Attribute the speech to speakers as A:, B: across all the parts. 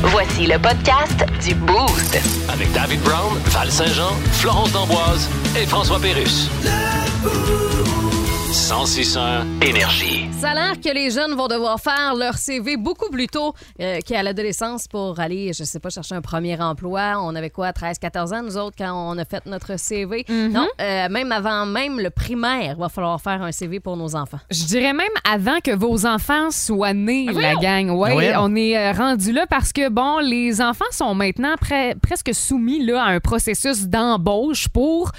A: Voici le podcast du Boost.
B: Avec David Brown, Val Saint-Jean, Florence D'Amboise et François Pérus. 1061 Énergie.
C: Ça a l'air que les jeunes vont devoir faire leur CV beaucoup plus tôt euh, qu'à l'adolescence pour aller, je sais pas, chercher un premier emploi. On avait quoi, 13, 14 ans, nous autres, quand on a fait notre CV?
D: Mhm.
C: Non, euh, même avant même le primaire, va falloir faire un CV pour nos enfants.
D: Je dirais même avant que vos enfants soient nés, la gang. Ouais,
E: Ah ouais?
D: on est euh, rendu là parce que, bon, les enfants sont maintenant pre- presque soumis là, à un processus d'embauche pour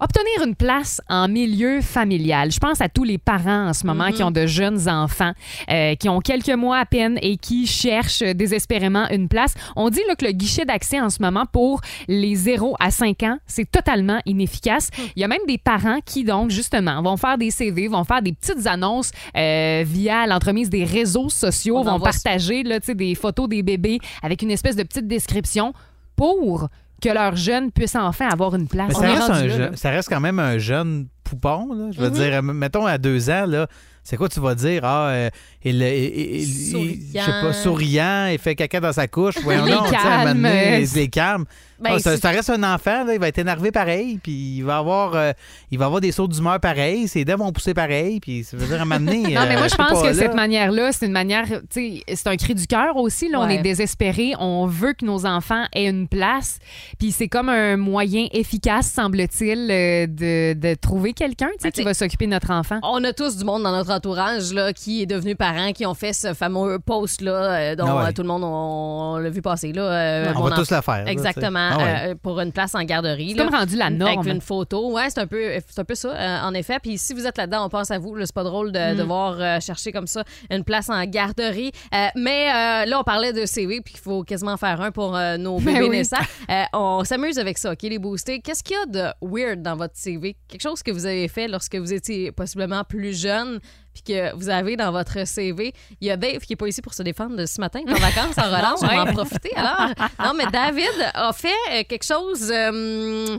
D: obtenir une place en milieu familial. Je pense à tous les parents en ce moment qui ont de jeunes enfants, euh, qui ont quelques mois à peine et qui cherchent euh, désespérément une place. On dit là, que le guichet d'accès en ce moment pour les 0 à 5 ans, c'est totalement inefficace. Il y a même des parents qui, donc, justement, vont faire des CV, vont faire des petites annonces euh, via l'entremise des réseaux sociaux,
C: On en
D: vont
C: voit
D: partager là, tu sais, des photos des bébés avec une espèce de petite description pour que leur jeune puisse enfin avoir une place.
E: Mais ça,
D: On est
E: reste
D: rendu
E: un
D: là, là.
E: jeune- ça reste quand même un jeune poupon. là. Je veux dire, m- mettons à deux ans, là, c'est quoi tu vas dire? Ah, euh, il, il- il- il- je sais pas,
C: Souriant.
E: souriant, il fait caca dans sa couche. Voyons
D: Il est
E: non, tu sais, à un moment donné,
D: calme.
E: il est calme.
C: Ben,
E: Ah, ça,
C: c'est-
E: ça reste un enfant, là, il va être énervé pareil, puis il va avoir, euh, il va avoir des sauts d'humeur pareil, ses dents vont pousser pareil, puis ça veut dire à un moment donné,
D: Non, mais
E: euh,
D: moi, je
E: sais
D: pense
E: pas,
D: que
E: là.
D: cette manière-là, c'est une manière, tu sais, c'est un cri du cœur aussi. Là, on
C: Ouais.
D: est désespéré, on veut que nos enfants aient une place. Puis c'est comme un moyen efficace, semble-t-il, euh, de, de trouver quelqu'un, tu sais,
C: Ben,
D: qui
C: t'sais-
D: va s'occuper de notre enfant.
C: On a tous du monde dans notre entourage là, qui est devenu parent, qui ont fait ce fameux post-là euh, dont
E: Ah ouais.
C: euh, tout le monde on, on l'a vu passer. Là, euh,
E: on
C: mon
E: va tous la faire. là, tu sais.
C: Exactement,
E: Ah ouais.
C: euh, pour une place en garderie.
D: C'est
C: là.
D: comme rendu la norme.
C: Avec une photo. Ouais, c'est un peu, c'est un peu ça, euh, en effet. Puis si vous êtes là-dedans, on pense à vous. là. C'est pas drôle de
D: Mm.
C: devoir euh, chercher comme ça une place en garderie. Euh, mais euh, là, on parlait de CV, puis qu'il faut quasiment faire un pour euh, nos
D: Ben
C: bébés
D: oui.
C: naissants. Euh, on s'amuse avec ça, OK, les boostés. Qu'est-ce qu'il y a de weird dans votre CV? Quelque chose que vous avez fait lorsque vous étiez possiblement plus jeune, puis que vous avez dans votre CV. Il y a Dave qui est pas ici pour se défendre ce matin, il est en vacances, en relance. On va en profiter alors. Non, mais David a fait euh, quelque chose... euh, hum,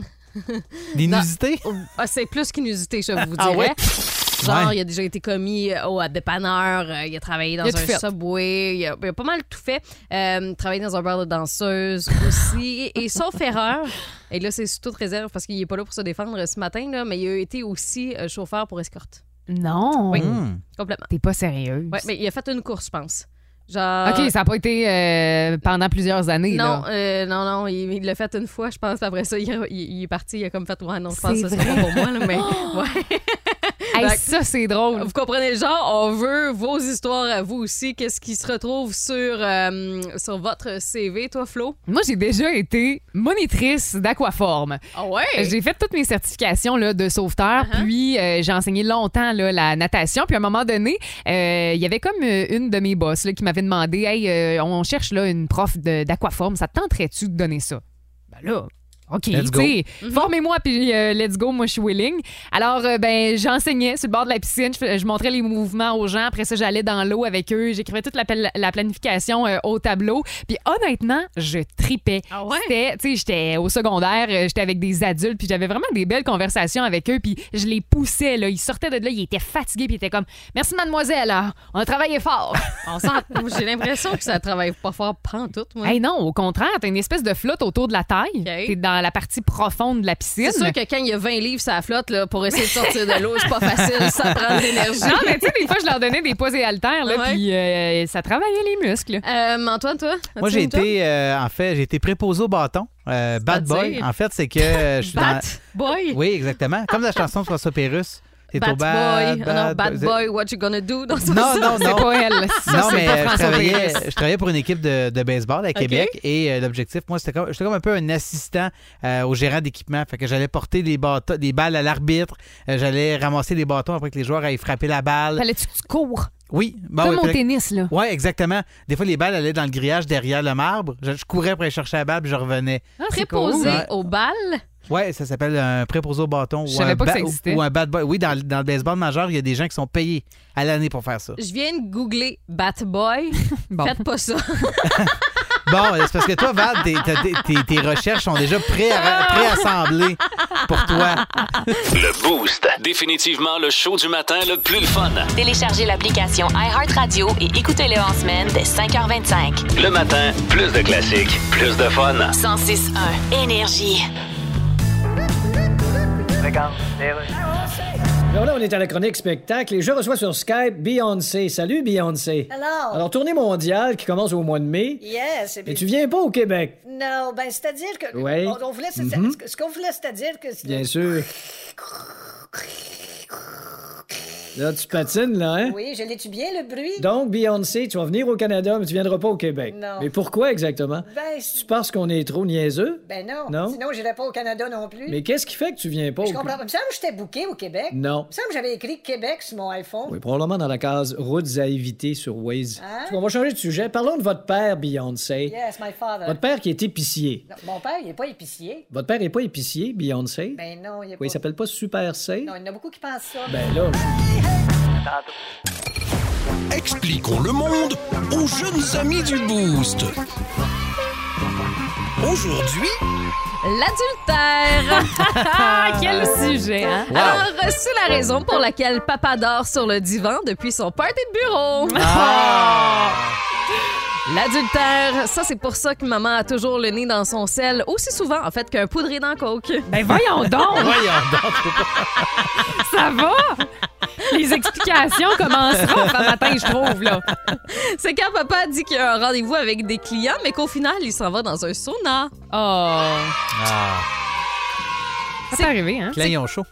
E: L'inusité?
C: ah, c'est plus qu'inusité, je vous dirais.
E: Ah ouais?
C: Genre,
E: Ouais.
C: il a déjà été commis euh, au à dépanneur, euh, il a travaillé dans
D: Il a tout
C: un
D: fait.
C: subway, il a, il a pas mal tout fait. Euh, travaillé dans un bar de danseuse aussi. et sauf erreur, et là, c'est sous toute réserve parce qu'il n'est pas là pour se défendre euh, ce matin, là, mais il a été aussi euh, chauffeur pour escorte.
D: Non.
E: Hmm.
C: Complètement.
D: T'es pas sérieux.
C: Ouais, mais il a fait une course, je pense. Genre.
D: OK, ça n'a pas été euh, pendant plusieurs années.
C: Non,
D: là.
C: euh, non, non, il il l'a fait une fois, je pense. puis Après ça, il, a- il- il est parti, il a comme fait, ouais, non, je pense
D: C'est
C: que ce sera pas pour moi, là, mais. ouais.
D: Hey,
C: Fait que-
D: ça, c'est drôle.
C: Vous comprenez le genre, on veut vos histoires à vous aussi. Qu'est-ce qui se retrouve sur, euh, sur votre CV, toi, Flo?
D: Moi, j'ai déjà été monitrice d'aquaforme.
C: Ah ouais? Uh-huh.
D: J'ai fait toutes mes certifications là, de sauveteur, puis euh, j'ai enseigné longtemps là, la natation. Puis à un moment donné, euh, il y avait comme euh, une de mes bosses là, qui m'avait demandé Hey, euh, on cherche là, une prof de- d'aquaforme, ça te tenterait-tu de donner ça? Ben là. OK, tu
E: Let's go.
D: sais,
C: Mm-hmm.
D: formez-moi, puis euh, let's go, moi je suis willing. Alors, euh, ben, j'enseignais sur le bord de la piscine, je, fais- je montrais les mouvements aux gens, après ça, j'allais dans l'eau avec eux, j'écrivais toute la, pla- la planification euh, au tableau. Puis honnêtement, je tripais.
C: Ah ouais?
D: C'était- tu sais, j'étais au secondaire, euh, j'étais avec des adultes, puis j'avais vraiment des belles conversations avec eux, puis je les poussais, là. Ils sortaient de là, ils étaient fatigués, puis ils étaient comme Merci, mademoiselle, hein, on a travaillé fort. on s'en.
C: J'ai l'impression que ça travaille pas fort pantoute, moi.
D: Hey non, au contraire, t'as une espèce de flotte autour de la taille.
C: Ok.
D: T'es dans la partie profonde de la piscine.
C: c'est sûr que quand il y a 20 livres, ça flotte là, pour essayer de sortir de l'eau. C'est pas facile, ça prend de l'énergie.
D: Non, mais tu sais, des fois, je leur donnais des poses et haltères, là,
C: Ouais.
D: puis euh, ça travaillait les muscles.
C: Euh, Antoine, toi?
E: Moi, j'ai été, euh, en fait, j'ai été préposé au bâton. euh, bad boy.
C: C'est-à-dire?
E: En fait, c'est que euh, je suis dans.
C: Bat Boy?
E: Oui, exactement. Comme la chanson de François Pérus. C'est
C: Bat
E: au bad,
C: Boy. Ah non, bad Boy, what you gonna do? dans ce
E: Non,
C: sens.
E: Ah, non,
D: C'est
E: non.
D: pas elle. Ça,
E: non,
D: c'est
E: mais
D: pas
E: euh, je,
D: François
E: travaillais,
D: Pérus.
E: je travaillais pour une équipe de, de baseball à Québec et euh, l'objectif, moi, c'était comme, j'étais comme un peu un assistant euh, au gérant d'équipement. Fait que j'allais porter des, bâtons- des balles à l'arbitre, euh, j'allais ramasser des bâtons après que les joueurs aillent frapper la balle.
D: Fallait-tu que tu cours?
E: Oui, bah
D: Comme
E: oui,
D: au
E: fallait-
D: tennis, là.
E: Ouais, exactement. Des fois, les balles allaient dans le grillage derrière le marbre. Je, je courais pour aller chercher la balle puis je revenais.
D: Ah, c'est cool.
C: Préposé
E: Ouais.
C: aux balles.
E: Ouais, ça s'appelle un préposé au bâton
D: Je
E: ou
D: savais
E: un,
D: pas que
E: ba-
D: ça existait.
E: ou un bad boy. Oui, dans, le- dans le baseball majeur, il y a des gens qui sont payés à l'année pour faire ça.
C: Je viens de googler Bat Boy.
D: Bon.
C: Faites pas ça.
E: Bon, c'est parce que toi, Val, tes, t'as- tes- tes- tes recherches sont déjà pré- pré-assemblées. pour toi.
B: Le Boost. Définitivement le show du matin le plus le fun.
A: Téléchargez l'application iHeartRadio et écoutez-le en semaine dès 5h25.
B: Le matin, plus de classiques, plus de fun.
A: 106.1 Énergie.
F: Alors là, on est à la chronique spectacle et je reçois sur Skype Beyoncé. Salut Beyoncé.
G: Hello.
F: Alors, tournée mondiale qui commence au mois de mai.
G: Yes. Et
F: Et
G: puis,
F: tu viens pas au Québec,
G: Non, ben, c'est-à-dire que.
F: Ouais.
G: On, on voulait, c'est-
F: Mm-hmm.
G: c'est- Ce qu'on voulait, c'est-à-dire que.
F: bien sûr. Là, tu patines, là, hein?
G: Oui, je l'ai-tu bien, le bruit?
F: Donc, Beyoncé, tu vas venir au Canada, mais tu viendras pas au Québec.
G: Non.
F: Mais pourquoi exactement?
G: Ben, c'est-
F: Tu penses qu'on est trop niaiseux?
G: ben non.
F: Non?
G: Sinon, j'irais pas au Canada non plus.
F: Mais qu'est-ce qui fait que tu viens pas
G: je
F: au
G: comprends pas. Il me semble que j'étais booké au Québec.
F: Non.
G: Il me semble que j'avais écrit Québec sur mon iPhone.
F: Oui, probablement dans la case routes à éviter sur Waze.
G: Hein?
F: En tout cas, On va changer de sujet. Parlons de votre père, Beyoncé.
G: Yes, my father.
F: Votre père qui est épicier.
G: Non, mon père, il est pas épicier.
F: Votre père n'est pas épicier, Beyoncé.
G: Ben non, il est
F: oui, il
G: pas.
F: s'appelle pas Super C.
G: Non, il y en a beaucoup qui pensent ça.
F: Ben là, je-
H: Expliquons le monde aux jeunes amis du Boost. Aujourd'hui,
C: L'adultère!
D: Ah, quel sujet, hein?
C: Alors, c'est la raison pour laquelle papa dort sur le divan depuis son party de bureau. L'adultère, ça c'est pour ça que maman a toujours le nez dans son sel, aussi souvent en fait qu'un poudré dans coke.
D: Ben voyons donc,
E: Voyons donc.
D: ça va? Les explications commenceront ce matin, je trouve, là.
C: C'est quand papa dit qu'il a un rendez-vous avec des clients, mais qu'au final, il s'en va dans un sauna.
D: Oh,
E: Ah,
D: ça peut arriver, hein?
E: Clignon chaud.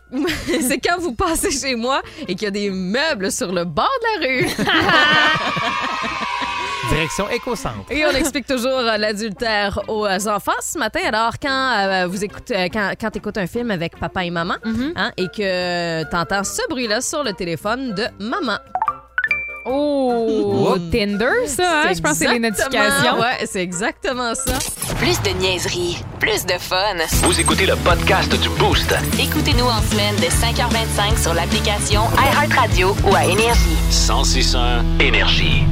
C: c'est quand vous passez chez moi et qu'il y a des meubles sur le bord de la rue.
E: Direction éco-centre.
C: Et on explique toujours euh, l'adultère aux euh, enfants ce matin. Alors, quand euh, vous écoutez, euh, quand, quand t'écoutes un film avec papa et maman,
D: Mm-hmm.
C: hein, et que t'entends ce bruit-là sur le téléphone de maman.
D: Oh,
E: Oups.
D: Tinder, ça, hein? Je pense que c'est les
C: exactement-
D: notifications.
C: Ouais, c'est exactement ça.
A: Plus de niaiserie, plus de fun.
B: Vous écoutez le podcast du Boost.
A: Écoutez-nous en semaine de 5h25 sur l'application iHeartRadio ou à Énergie.
B: 1061 Énergie.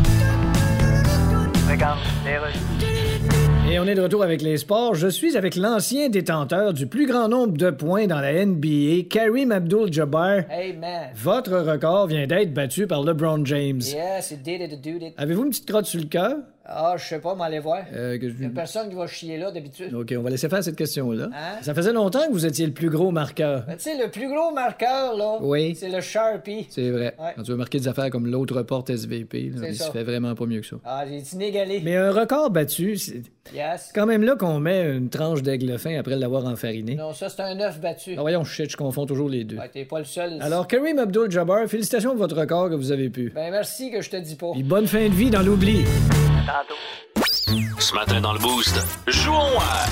F: Et on est de retour avec les sports. Je suis avec l'ancien détenteur du plus grand nombre de points dans la NBA, Karim Abdul-Jabbar.
G: Hey, man.
F: Votre record vient d'être battu par LeBron James.
G: Yes, it did it, it did it.
F: Avez-vous une petite crotte sur le cœur?
G: Ah, je sais pas, m'aller voir.
F: Euh, que je-
G: Y a personne qui va chier là d'habitude.
F: OK, on va laisser faire cette question-là.
G: Hein?
F: Ça faisait longtemps que vous étiez le plus gros marqueur.
G: Ben, tu sais, le plus gros marqueur, là,
F: Oui.
G: c'est le Sharpie.
F: C'est vrai.
G: Ouais.
F: Quand tu veux marquer des affaires comme l'autre porte SVP, là,
G: C'est
F: il
G: ça.
F: se fait vraiment pas mieux que ça.
G: Ah, j'ai inégalé.
F: Mais un record battu, c'est
G: Yes.
F: quand même là qu'on met une tranche d'aigle fin après l'avoir enfariné.
G: Non, ça, c'est un œuf battu.
F: Ah, voyons, shit, je confonds toujours les deux.
G: Ouais, t'es pas le seul.
F: Alors, Karim Abdul-Jabbar, félicitations pour votre record que vous avez pu.
G: Ben, merci que je te dis pas.
F: Et bonne fin de vie dans l'oubli.
B: Ce matin dans le Boost, jouons à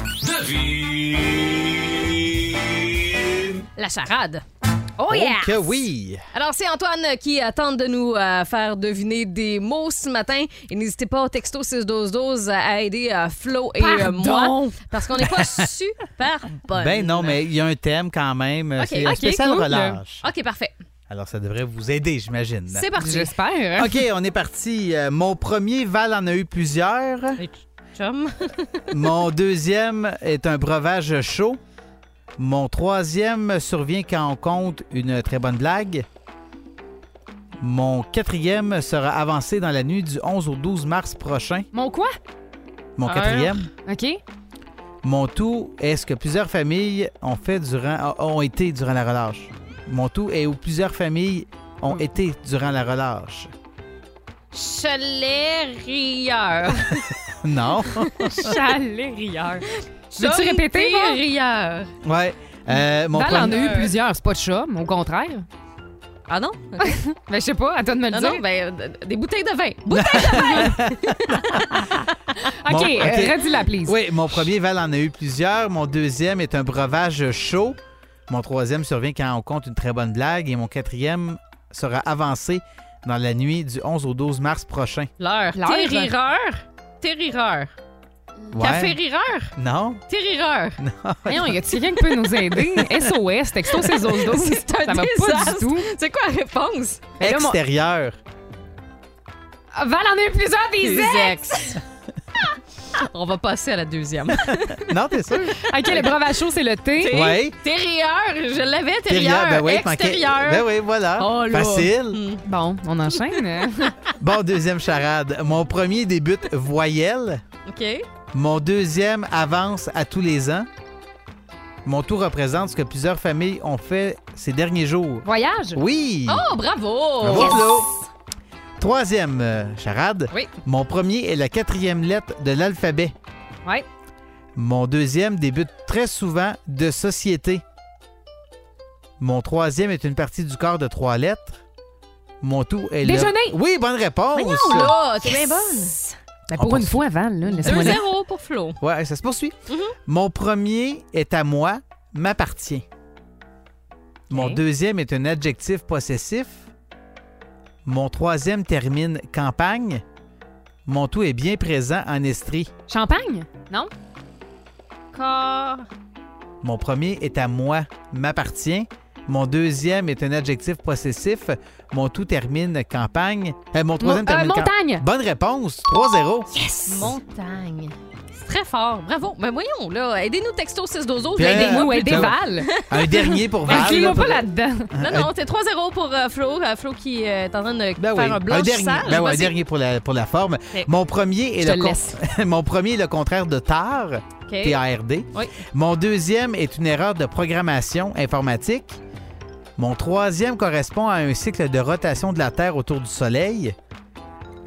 B: Devine.
C: La charade.
D: Oh, yeah!
E: Que oui.
C: Alors, c'est Antoine qui attend de nous euh, faire deviner des mots ce matin. Et n'hésitez pas au texto 61212 à aider euh, Flo et euh, moi.
D: Pardon!
C: Parce qu'on n'est pas super bonnes.
E: Ben non, mais il y a un thème quand même.
C: OK,
E: c'est un
C: OK,
E: spécial
D: cool.
E: relâche.
C: OK, parfait.
E: Alors, ça devrait vous aider, j'imagine.
C: C'est parti.
D: J'espère. hein?
E: OK, on est parti. Euh, mon premier, Val en a eu plusieurs.
C: Chum.
E: Mon deuxième est un breuvage chaud. Mon troisième survient quand on compte une très bonne blague. Mon quatrième sera avancé dans la nuit du 11 au 12 mars prochain.
D: Mon quoi?
E: Mon
D: Heure.
E: quatrième.
D: OK.
E: Mon tout est ce que plusieurs familles ont fait durant ont été durant la relâche. Mon tout est où plusieurs familles ont été durant la relâche.
C: Chalet rieur.
E: Non.
D: Chalet rieur. Veux-tu répéter, moi?
C: rieur.
E: ouais. Euh, mon
D: Val en a
E: premier-
D: eu plusieurs, c'est pas de chum, au contraire.
C: Ah non?
D: Ben, je sais pas, à toi de me le
C: Non,
D: dire.
C: non, ben, euh, d- des bouteilles de vin. Bouteilles
D: OK,
E: Bon, OK.
D: euh, redis-la, please.
E: Oui, mon premier Val en a eu plusieurs. Mon deuxième est un breuvage chaud. Mon troisième survient quand on compte une très bonne blague. Et mon quatrième sera avancé dans la nuit du 11 au 12 mars prochain.
C: de l'heure.
D: L'heure.
C: T'es rireur. T'es rireur. Café rireur.
E: Non?
C: T'es rireur.
D: Voyons, y a-t-il rien qui peut nous aider? SOS, texto, ces autres dos.
C: C'est un
D: Ça va pas
C: désastre.
D: du tout.
C: C'est quoi la réponse?
D: Mais là, mon-
E: Extérieur.
D: Ah, Val en a eu plusieurs des ex.
C: ex. On va passer à la deuxième.
E: Non, t'es sûr?
D: OK, le bravacho, c'est le thé.
E: Ouais.
C: Intérieur, je l'avais intérieur,
E: Extérieur, ben oui, manquait-
C: extérieur.
E: Ben oui, voilà.
C: Oh là.
E: Facile.
D: Bon, on enchaîne.
E: Bon, deuxième charade. Mon premier débute voyelle.
C: OK.
E: Mon deuxième avance à tous les ans. Mon tout représente ce que plusieurs familles ont fait ces derniers jours.
D: Voyage?
E: Oui!
C: Oh, bravo!
E: Bravo, Flo. Troisième euh, charade.
D: Oui.
E: Mon premier est la quatrième lettre de l'alphabet.
D: Ouais.
E: Mon deuxième débute très souvent de société. Mon troisième est une partie du corps de trois lettres. Mon tout est le-
D: Déjeuner.
E: Oui, bonne réponse.
C: Voyons là, t'es bien
D: Ben, pour
E: On
D: une
E: passe.
D: fois, Val, là, laisse-moi
C: bonne.
D: là.
C: 2-0 pour Flo.
E: Ouais, ça se poursuit.
D: Mm-hmm.
E: Mon premier est à moi, m'appartient. Mon
D: Ok.
E: deuxième est un adjectif possessif. Mon troisième termine campagne. Mon tout est bien présent en estrie.
D: Champagne? Non? Cor...
E: Mon premier est à moi, m'appartient. Mon deuxième est un adjectif possessif. Mon tout termine campagne. Euh, mon troisième
D: Mon- euh,
E: termine cam-
D: montagne.
E: Bonne réponse. 3-0.
C: Montagne. C'est très fort. Bravo. Ben voyons, là. Aidez-nous, texto 6 dozo.
E: Bien.
D: Aidez-nous,
E: Ah,
D: aidez
E: putain.
D: ben, Val.
E: Un dernier pour Val.
D: Inclue-moi pas là-dedans.
E: euh,
C: Non, non, c'est 3-0 pour euh, Flo. Euh, Flo qui euh, est en train de
E: Ben
C: faire
E: oui.
C: un blanchissage.
E: dernier, ben oui, un
C: Vas-y.
E: dernier pour la, pour la forme.
C: Ok.
E: Mon premier est
D: Je te
E: le con-
D: laisse.
E: mon premier est le contraire de tard,
C: OK.
E: T-A-R-D.
C: Eh. Oui.
E: Mon deuxième est une erreur de programmation informatique. Mon troisième correspond à un cycle de rotation de la Terre autour du Soleil.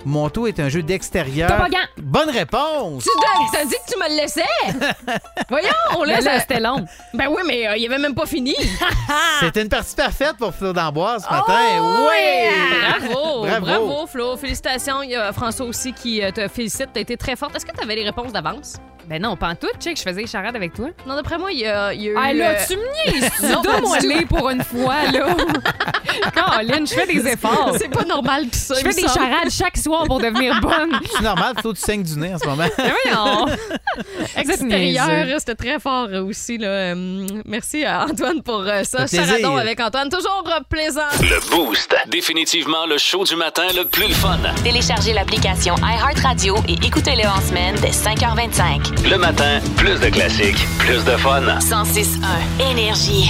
E: Mon tout est un jeu d'extérieur.
D: Toboggan.
E: Bonne réponse.
C: Tu donnes- t'as dit que tu me le laissais! Voyons, on
D: Là,
C: laisse.
D: là, euh, c'était long.
C: Ben oui, mais euh, il avait même pas fini. Ah.
E: C'était une partie parfaite pour Flo d'Amboise ce matin.
C: Oh,
E: oui!
C: Bravo, bravo,
E: Bravo.
C: Flo. Félicitations. Il y a François aussi qui euh, te félicite. T'as été très forte. Est-ce que t'avais les réponses d'avance?
D: Ben non, pas en tout. Check, je faisais les charades avec toi.
C: Non, d'après moi, il y a, il y a eu.
D: Ah là,
C: euh,
D: tu me niaises.
C: Non, pas
D: Donne-moi
C: du tout.
D: les pour une fois, là. Colin, je fais des efforts.
C: C'est pas normal tout ça.
D: Je
C: il
D: fais des
C: me semble.
D: charades chaque soir pour devenir bonne.
E: C'est normal, Flo, tu saignes du nez en ce moment.
D: Mais voyons. Extérieur.
C: Extérieur, c'était très fort euh, aussi. Là. Euh, Merci à Antoine pour euh,
E: Ça
C: ça.
E: fait plaisir.
C: Charadon avec Antoine, toujours euh, plaisant.
B: Le Boost. Définitivement le show du matin le plus le fun.
A: Téléchargez l'application iHeartRadio et écoutez-le en semaine dès 5h25.
B: Le matin, plus de classiques, plus de fun.
A: 106.1 Énergie.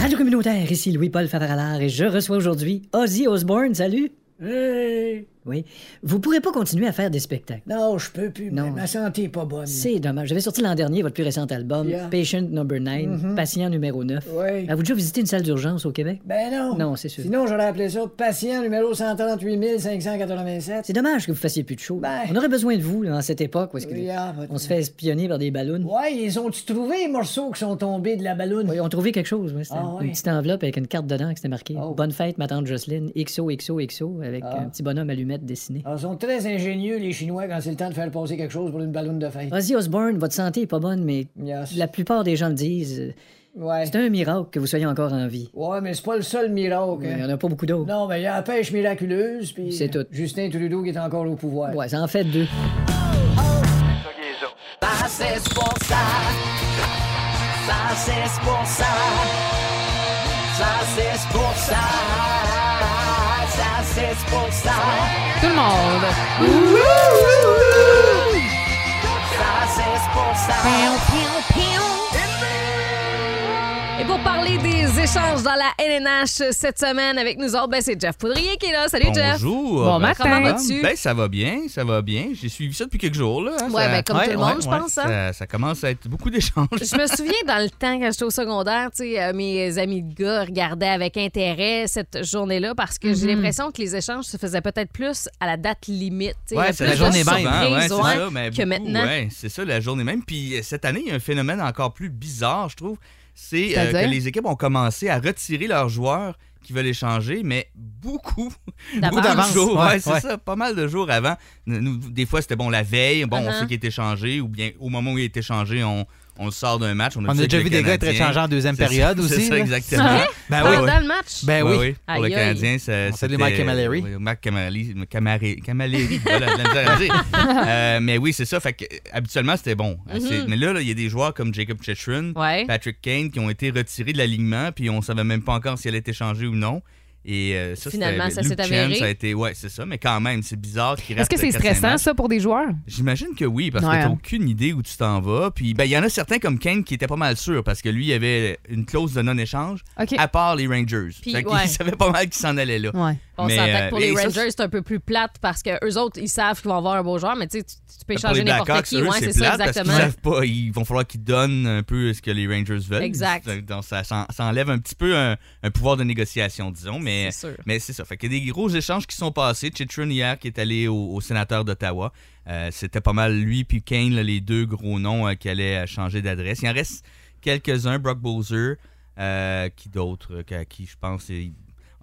I: Radio communautaire, ici Louis-Paul Favaralard et je reçois aujourd'hui Ozzy Osbourne. Salut!
F: Hey!
I: Oui. Vous pourrez pas continuer à faire des spectacles.
F: Non, je peux plus.
I: Non.
F: mais Ma santé est pas bonne. ah.
I: C'est dommage. J'avais sorti l'an dernier votre plus récent album,
F: Yeah.
I: Patient Number 9,
F: Mhm.
I: Patient numéro 9.
F: Oui.
I: Avez-vous déjà visité une salle d'urgence au Québec?
F: Ben non.
I: Ah. Non, c'est sûr.
F: Sinon, j'aurais appelé ça patient numéro 138 587.
I: C'est dommage que vous fassiez plus de show.
F: Ben-
I: On aurait besoin de vous là, en cette époque où est-ce que
F: Oui, ah, votre-
I: on se fait espionner par des ballons.
F: Ouais, ils ont-tu trouvé les morceaux qui sont tombés de la ballonne?
I: Oui, on trouvait quelque chose. oui, c'était
F: Ah, oui.
I: Une petite enveloppe avec une carte dedans qui c'était marqué
F: Oh.
I: Bonne fête, ma tante Jocelyne, XO, XO, XO, avec
F: Ah.
I: un petit bonhomme allumette dessiné.
F: Alors, ils sont très ingénieux, les Chinois, quand c'est le temps de faire passer quelque chose pour une ballonne de fête.
I: Ozzy Osbourne, votre santé est pas bonne, mais
F: Yes.
I: la plupart des gens le disent. euh,
F: Ouais.
I: C'est un miracle que vous soyez encore en vie.
F: Ouais, mais c'est pas le seul miracle.
I: Il
F: hein.
I: n'y en a pas beaucoup d'autres.
F: Non, mais il y a la pêche miraculeuse, puis.
I: C'est tout.
F: Justin Trudeau qui est encore au pouvoir.
I: Ouais, ça en fait deux.
D: Tout le monde.
E: Ben,
C: Et pour parler des échanges dans la LNH cette semaine avec nous autres, ben, c'est Jeff Poudrier qui est là. Salut, Jeff.
J: Bonjour.
D: Bon
J: Ben,
D: matin.
J: ça va?
C: Comment vas-tu?
J: Ben, ça va bien, ça va bien. J'ai suivi ça depuis quelques jours. Là, hein,
C: Ouais,
J: ça-
C: ben, comme
E: Ouais,
C: tout le monde,
E: Ah, ouais,
C: je
J: ouais,
C: pense. hein.
J: ça, ça commence à être beaucoup d'échanges.
C: Je me souviens dans le temps, quand j'étais au secondaire, tu sais, euh, mes amis de gars regardaient avec intérêt cette journée-là parce que
J: Mhm.
C: j'ai l'impression que les échanges se faisaient peut-être plus à la date limite. tu sais. Il y a
J: Ouais,
C: plus
J: c'est
C: de
J: la journée
C: surprises,
J: même. hein, Ouais, c'est
C: ouais,
J: ça, mais
C: que
J: beaucoup,
C: maintenant.
J: ouais, c'est ça, la journée même. Puis euh, cette année, il y a un phénomène encore plus bizarre, je trouve. C'est euh,
D: C'est-à-dire?
J: que les équipes ont commencé à retirer leurs joueurs qui veulent échanger, mais beaucoup, beaucoup
C: D'avance.
J: de jours.
E: Ouais,
J: Ouais, c'est
E: ouais.
J: ça, pas mal de jours avant. Nous, des fois, c'était bon la veille, bon, on
C: Uh-huh.
J: sait qu'il est échangé, ou bien au moment où il est échangé, on, on le sort d'un match. On a,
E: On
J: vu
E: a
J: ça
E: déjà
J: avec
E: vu
J: le
E: des gars être
J: Canadien.
E: échangés en deuxième
J: C'est ça,
E: période
J: C'est
E: aussi.
J: ça,
E: là.
J: exactement. Ben
C: Pendant
J: oui.
C: le match.
E: Ben
J: Ouais,
E: oui.
J: oui. Pour le
C: Aïe, aïe.
J: Canadien, c'est.
E: On salue Mike Camilleri.
J: Marc Camilleri. Camare- Camilleri. Voilà, j'ai de la misère à dire. Euh, mais oui, c'est ça. Fait que, euh, habituellement, c'était bon. C'est- Mais là, là, il y a des joueurs comme Jacob Chechrin,
C: Ouais.
J: Patrick Kane, qui ont été retirés de l'alignement, puis on savait même pas encore si elle était changée ou non. Et euh, ça, c'était-
C: Finalement, ça
J: Luke
C: s'est
J: Chen,
C: avéré.
J: ça a été, ouais, c'est ça, mais quand même, c'est bizarre qu'il
D: Est-ce
J: reste
D: que c'est
J: quatre, cinq
D: stressant,
J: matchs.
D: ça, pour des joueurs?
J: J'imagine que oui, parce
D: Ouais.
J: que t'as aucune idée où tu t'en vas. Puis, ben, il y en a certains comme Kane qui étaient pas mal sûrs parce que lui, il avait une clause de non-échange,
D: OK.
J: à part les Rangers.
C: Puis,
J: Fait qu'il
C: ouais.
J: savait pas mal qu'il s'en allait là.
D: Ouais.
C: On
J: Mais,
C: s'entend
J: euh,
C: que pour
J: et
C: les
J: ça,
C: Rangers, c'est un peu plus plate parce que eux autres, ils savent qu'ils vont avoir un beau joueur, mais tu sais, tu tu peux
J: Pour les
C: échanger n'importe
J: Blackhawks,
C: qui.
J: eux,
C: Ouais,
J: c'est
C: c'est ça,
J: plate parce qu'ils
C: exactement.
J: savent pas. Ils vont falloir qu'ils donnent un peu ce que les Rangers veulent.
C: Exact.
J: Donc, ça, s'en- ça enlève un petit peu un, un pouvoir de négociation, disons. Mais
C: C'est sûr.
J: mais c'est ça. Fait qu'il y a des gros échanges qui sont passés. Chitrin hier qui est allé au, au sénateur d'Ottawa. Euh, C'était pas mal lui puis Kane, là, les deux gros noms euh, qui allaient euh, changer d'adresse. Il en reste quelques-uns. Brock Bowser, euh, qui d'autre, euh, à qui je pense. est-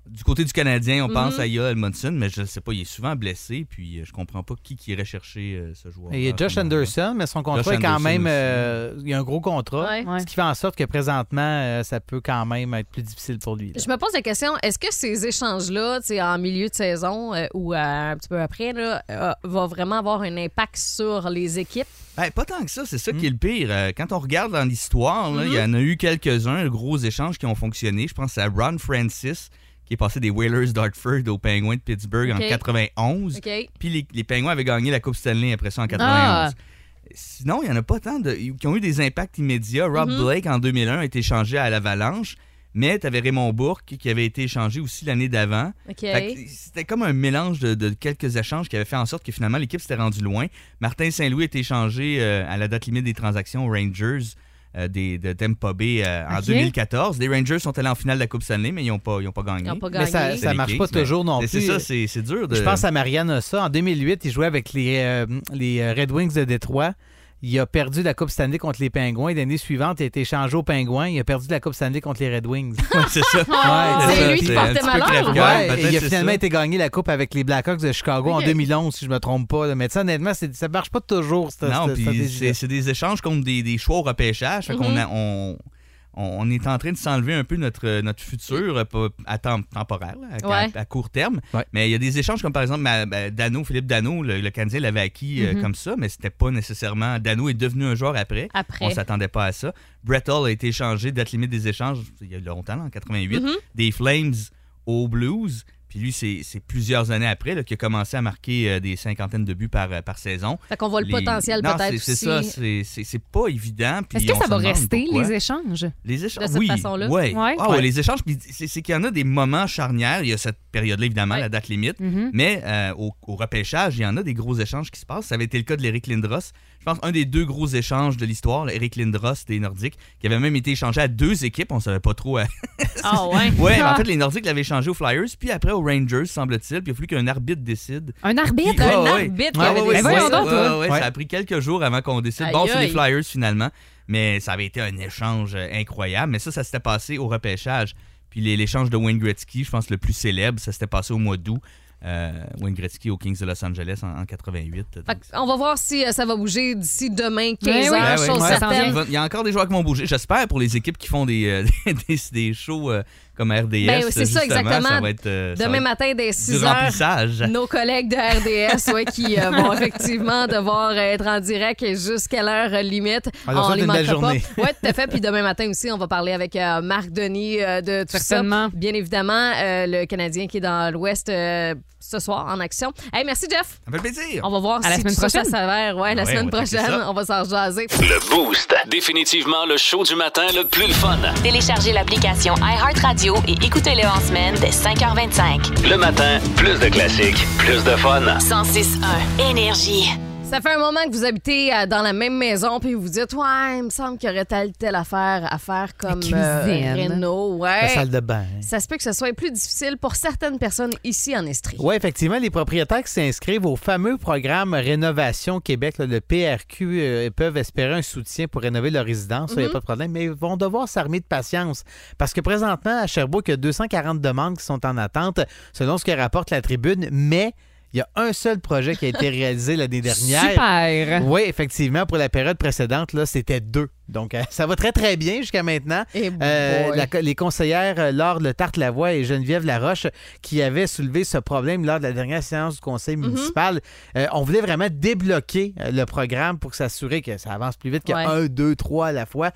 J: Du côté du Canadien, on pense à Yale Munson, mais je ne sais pas, il est souvent blessé, puis euh, je comprends pas qui, qui irait chercher euh, ce joueur.
E: Il y a Josh Anderson, mais son contrat
J: Josh
E: est quand
J: Anderson
E: même.
J: aussi.
E: euh, il y a un gros contrat.
C: Ouais.
D: Ouais.
E: Ce qui fait en sorte que présentement, euh, ça peut quand même être plus difficile pour lui. là.
C: Je me pose la question, est-ce que ces échanges-là, tu sais, en milieu de saison euh, ou euh, un petit peu après, là, euh, va vraiment avoir un impact sur les équipes?
J: Ben, pas tant que ça, c'est ça qui est le pire. Euh, quand on regarde dans l'histoire, là, il y en a eu quelques-uns, de gros échanges qui ont fonctionné. Je pense à Ron Francis, qui est passé des Whalers d'Hartford aux Penguins de Pittsburgh
C: Ok.
J: en 91.
C: OK?
J: Puis les, les Penguins avaient gagné la Coupe Stanley après ça en 91.
D: Ah.
J: Sinon, il n'y en a pas tant de, qui ont eu des impacts immédiats.
I: Mm-hmm.
J: Rob Blake, en 2001, a été échangé à l'Avalanche. Mais tu avais Raymond Bourque qui avait été échangé aussi l'année d'avant.
C: OK.
J: Fait que C'était comme un mélange de, de quelques échanges qui avait fait en sorte que finalement l'équipe s'était rendue loin. Martin Saint-Louis a été échangé euh, à la date limite des transactions aux Rangers euh, des, de Tampa Bay euh, en
D: Ah, Ok.
J: 2014. Les Rangers sont allés en finale de la Coupe Stanley, mais ils n'ont pas, ils ont pas gagné.
C: Ils n'ont pas
E: Mais ça,
C: gagné.
E: ça marche pas
J: C'est les Kings,
E: toujours non
J: Mais
E: plus.
J: C'est ça, c'est c'est dur de.
E: Je pense à Marianne Ossa. En 2008, il jouait avec les, euh, les euh, Red Wings de Détroit. Il a perdu la Coupe Stanley contre les Pingouins. L'année suivante, il a été échangé aux Pingouins. Il a perdu la Coupe Stanley contre les Red Wings.
J: Ouais, c'est ça.
E: c'est
J: ça,
C: Oh, lui qui
J: Ah, c'est un petit
C: portait
J: peu
C: malheur.
D: Ah,
J: crève-cœur.
E: Ouais,
J: Peut-être
E: et il a
J: c'est
E: finalement
J: ça.
E: été gagné la Coupe avec les Blackhawks de Chicago en
D: Ok.
E: 2011, si je me trompe pas. là. Mais ça, honnêtement, c'est- ça marche pas toujours. cette-
J: Non,
E: cette
J: puis
E: stratégie-là.
J: c'est c'est des échanges contre des, des choix au repêchage. Fait qu'on a- on, on- on est en train de s'enlever un peu notre, notre futur euh, pas- à temps temporaire, là, à,
C: Ouais.
J: à- à court terme.
E: Ouais.
J: Mais il y a des échanges comme par exemple ma- ma- Dano, Philippe Dano, le, le Canadien l'avait acquis
C: Mhm.
J: euh, comme ça, mais c'était pas nécessairement. Dano est devenu un joueur après.
C: Après.
J: On s'attendait pas à ça. Brett Hall a été échangé, date limite des échanges, il y a longtemps, en 88,
C: Mhm.
J: des Flames aux Blues. Puis lui, c'est c'est plusieurs années après là, qu'il a commencé à marquer euh, des cinquantaines de buts par, euh, par saison.
C: Fait qu'on voit le
J: Les-
C: potentiel
J: Non,
C: peut-être
J: c'est-
C: aussi.
J: C'est ça, c'est- c'est c'est pas évident. puis
D: Est-ce que
J: on
D: ça
J: se
D: va
J: demande
D: rester,
J: pourquoi.
D: les échanges?
J: Les échanges,
C: De cette
J: oui,
C: façon-là?
J: ouais.
D: Ouais.
J: Ah ouais,
D: Ouais.
J: les échanges, puis c'est c'est qu'il y en a des moments charnières. Il y a cette période-là, évidemment,
C: Ouais. Mm-hmm.
J: la date limite.
D: Mhm.
J: Mais euh, au, au repêchage, il y en a des gros échanges qui se passent. Ça avait été le cas de l'Eric Lindros. Je pense un des deux gros échanges de l'histoire, Eric Lindros des Nordiques, qui avait même été échangé à deux équipes. On savait pas trop. à-
C: Ah ouais.
J: Ouais, mais en fait, les Nordiques l'avaient échangé aux Flyers, puis après aux Rangers, semble-t-il. Puis il a fallu qu'un arbitre décide
D: Un arbitre?
J: Ah, Ouais, ouais.
C: Un arbitre qui
E: Ouais,
C: avait
E: ouais,
J: oui,
C: décidé
D: ouais,
C: ça.
D: Ben voyons donc, toi.
E: Ouais.
J: Ça a pris quelques jours avant qu'on décide.
C: Aïe,
J: bon, c'est
C: aïe.
J: les Flyers finalement, mais ça avait été un échange euh, incroyable. Mais ça, ça s'était passé au repêchage. Puis les- l'échange de Wayne Gretzky, je pense le plus célèbre, ça s'était passé au mois d'août. Euh, Wayne Gretzky aux Kings de Los Angeles en, en 88. Donc,
C: Fait qu'on va voir si euh, ça va bouger d'ici demain, 15
D: Ouais,
C: h
D: ouais.
J: Ben ouais,
C: chose
J: ouais.
C: certaine.
J: Il va- il y a encore des joueurs qui vont bouger. J'espère pour les équipes qui font des, euh, des, des shows euh, comme à RDS.
C: Ben, c'est
J: justement,
C: ça, exactement.
J: Ça va être, euh, ça
C: Demain
J: va être
C: matin, dès 6
J: du
C: h
J: remplissage.
C: nos collègues de RDS ouais, qui euh, vont effectivement devoir être en direct jusqu'à l'heure limite.
J: Ah,
E: On leur souhaite
C: les
E: une belle
C: manquera
E: journée.
C: pas. Oui, tout à fait. Puis demain matin aussi, on va parler avec euh, Marc Denis euh, de tout ça.
D: Certainement.
C: Bien évidemment, euh, le Canadien qui est dans l'Ouest euh, ce soir en action. Hey, merci Jeff.
J: Ça me fait plaisir.
C: On va voir
D: À la
C: si
D: semaine
C: tout ça, ça
D: prochaine.
C: s'avère. Ouais, la
J: Ouais,
C: semaine
J: on va checker
C: prochaine,
J: ça.
C: on va s'en jaser.
B: Le Boost. Définitivement le show du matin le plus le fun.
A: Téléchargez l'application iHeartRadio et écoutez-le en semaine dès 5h25.
B: Le matin, plus de classiques, plus de fun.
A: 106.1 Énergie.
C: Ça fait un moment que vous habitez euh, dans la même maison puis vous vous dites ouais, il me semble qu'il y aurait telle telle affaire à faire comme
D: cuisine.
C: euh, Renault, ouais.
E: La salle de bain.
C: Ça se peut que ce soit plus difficile pour certaines personnes ici en Estrie.
E: Oui, effectivement, les propriétaires qui s'inscrivent au fameux programme Rénovation Québec, là, le PRQ, euh, peuvent espérer un soutien pour rénover leur résidence, il n'y a pas de problème, mais ils vont devoir s'armer de patience. Parce que présentement, à Sherbrooke, il y a 240 demandes qui sont en attente, selon ce que rapporte la tribune, mais il y a un seul projet qui a été réalisé l'année dernière.
D: Ah, Super!
E: Oui, effectivement, pour la période précédente, là, c'était deux. Donc, euh, ça va très, très bien jusqu'à maintenant.
C: Eh boy.
E: Euh, la co- les conseillères euh, Laure Le Tarte-Lavoie et Geneviève Laroche qui avaient soulevé ce problème lors de la dernière séance du conseil
C: Mhm.
E: municipal. Euh, on voulait vraiment débloquer euh, le programme pour s'assurer que ça avance plus vite que
C: Ouais.
E: un, deux, trois à la fois.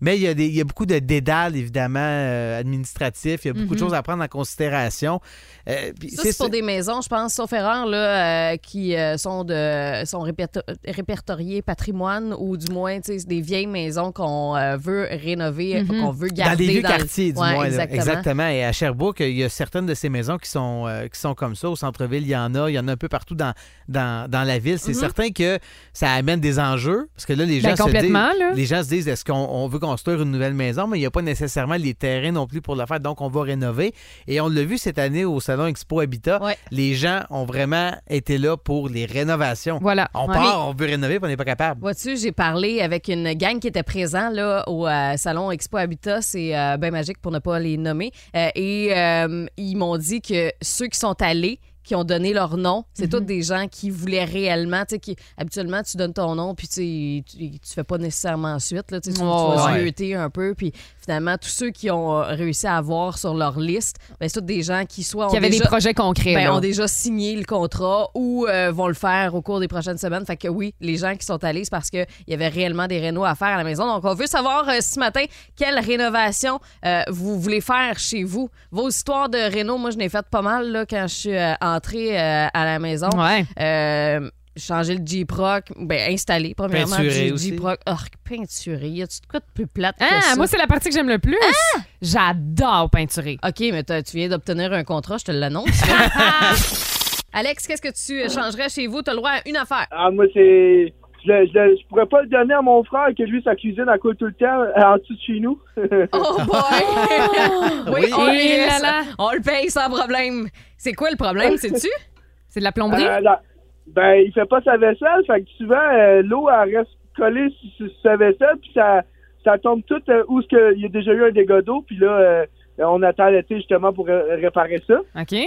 E: Mais il y a, des, il y a beaucoup de dédales, évidemment, euh, administratifs. Il y a beaucoup de choses à prendre en considération. Euh, puis
C: Mhm. Ça, c'est pour des maisons, je pense, sauf erreur, là, euh, qui euh, sont, de, sont réperto- répertoriées patrimoine ou du moins tu sais, c'est des vieilles maisons qu'on euh, veut rénover,
D: Mhm.
C: qu'on veut garder.
E: dans des vieux
C: le-
E: quartiers, du
C: Ouais,
E: moins. là.
C: Exactement.
E: Et à Sherbrooke, il y a certaines de ces maisons qui sont, euh, qui sont comme ça. Au centre-ville, il y en a. Il y en a un peu partout dans, dans, dans la ville.
C: Mhm.
E: C'est certain que ça amène des enjeux parce que là, les gens
D: Ben,
E: se disent...
D: complètement, là.
E: Les gens se disent, est-ce qu'on on veut construire une nouvelle maison, mais il n'y a pas nécessairement les terrains non plus pour le faire, donc on va rénover. Et on l'a vu cette année au Salon Expo Habitat,
C: Ouais.
E: les gens ont vraiment été là pour les rénovations.
D: Voilà.
E: On
D: Ouais.
E: part, on veut rénover, puis on n'est pas capable.
C: Vois-tu, j'ai parlé avec une gang qui était présent là, au euh, salon Expo Habitat. C'est euh, ben magique pour ne pas les nommer. Euh, et euh, ils m'ont dit que ceux qui sont allés qui ont donné leur nom, c'est tous des gens qui voulaient réellement, tu sais, qui habituellement tu donnes ton nom puis tu, tu, tu fais pas nécessairement suite là, tu, sais, tu- tu vas
E: Ouais.
C: zioter un peu puis finalement tous ceux qui ont euh, réussi à avoir sur leur liste, ben c'est tous des gens qui soit
D: Qu'il y
C: ont
D: avait
C: déjà-
D: des projets concrets.
C: ben,
D: là.
C: ont déjà signé le contrat ou euh, vont le faire au cours des prochaines semaines. Fait que oui, les gens qui sont allés, c'est parce qu'il y avait réellement des rénaux à faire à la maison. Donc, on veut savoir euh, ce matin quelle rénovation euh, vous voulez faire chez vous. Vos histoires de rénaux, moi, je n'ai fait pas mal là, quand je suis euh, entrée euh, à la maison.
D: Ouais.
C: Euh, changer le G-Proc, ben installer premièrement
E: Peinturer
C: du
E: aussi.
C: G-Proc. Oh, peinturer, y a-tu de quoi de plus plate que
D: Ah,
C: ça? Ah!
D: moi, c'est la partie que j'aime le plus. J'adore peinturer.
C: OK, mais t'as- tu viens d'obtenir un contrat, je te l'annonce. Alex, qu'est-ce que tu euh, changerais chez vous? T'as le droit à une affaire.
K: Ah, moi, c'est. Je, le- je, le- je pourrais pas le donner à mon frère que lui, sa cuisine, elle coule tout le temps euh, en dessous de chez nous.
C: Oh boy! oui, on,
D: Eh
C: les laisse.
D: là là.
C: on le paye sans problème. C'est quoi le problème, sais-tu?
D: C'est de la plomberie?
K: Euh, la- ben, il fait pas sa vaisselle, fait que souvent, euh, l'eau, elle reste collée sur, sur sa vaisselle, puis ça, ça tombe tout euh, où ce que- il y a déjà eu un dégât d'eau, puis là, euh, on attend l'été justement pour ré- réparer ça.
D: OK.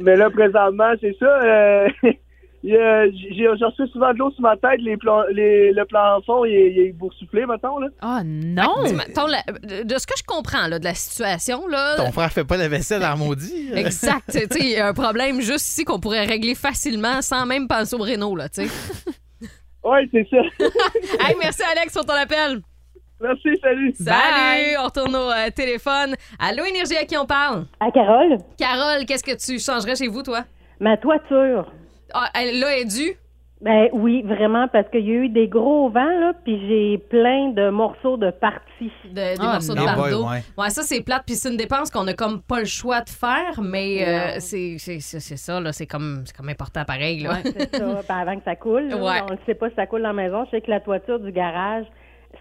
K: Mais là, présentement, c'est ça. euh, il y a- J'ai j'ai reçu souvent de l'eau sur ma tête, les plans, les, le plafond, il est, il est boursouflé, mettons, là.
D: Ah non!
C: Dis-moi, ton- la- de- de ce que je comprends là, de la situation, là,
E: Ton frère fait pas la vaisselle en maudit.
C: exact. tu sais, Il y a un problème juste ici qu'on pourrait régler facilement sans même penser au Renault. Là, tu sais.
K: Ouais, c'est ça.
C: hey, merci Alex pour ton appel.
K: Merci, salut.
C: Salut! On retourne au euh, téléphone. Allô, Énergie, à qui on parle?
K: À Carole,
C: Carole, qu'est-ce que tu changerais chez vous, toi?
K: ma toiture.
C: Ah, elle, là, elle est due.
K: Ben oui, vraiment, parce qu'il y a eu des gros vents, là, puis j'ai plein de morceaux de parties.
C: de- des
D: Ah,
C: morceaux de
E: non.
C: bardeau.
E: Eh boy,
C: ouais. ça, c'est plate. Puis c'est une dépense qu'on a comme pas le choix de faire, mais euh, c'est, c'est, c'est- c'est ça, là. C'est comme, c'est comme important pareil, là.
K: C'est ça, ben avant que ça coule. là.
C: Ouais.
K: On ne sait pas si ça coule dans la maison. Je sais que la toiture du garage,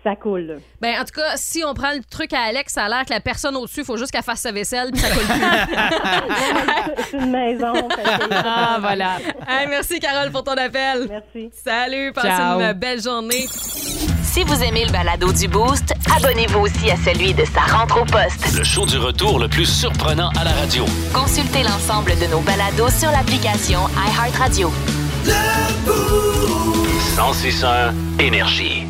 K: ça coule. là.
C: Ben, en tout cas, si on prend le truc à Alex, ça a l'air que la personne au-dessus, il faut juste qu'elle fasse sa vaisselle, puis ça coule plus.
K: C'est une maison. fait que-
D: Ah, voilà.
C: Hey, merci, Carole, pour ton appel.
K: Merci.
C: Salut, passe
D: Ciao.
C: une belle journée.
A: Si vous aimez le balado du Boost, abonnez-vous aussi à celui de sa rentre au poste.
B: Le show du retour le plus surprenant à la radio.
A: Consultez l'ensemble de nos balados sur l'application iHeartRadio.
B: 106.1 Énergie.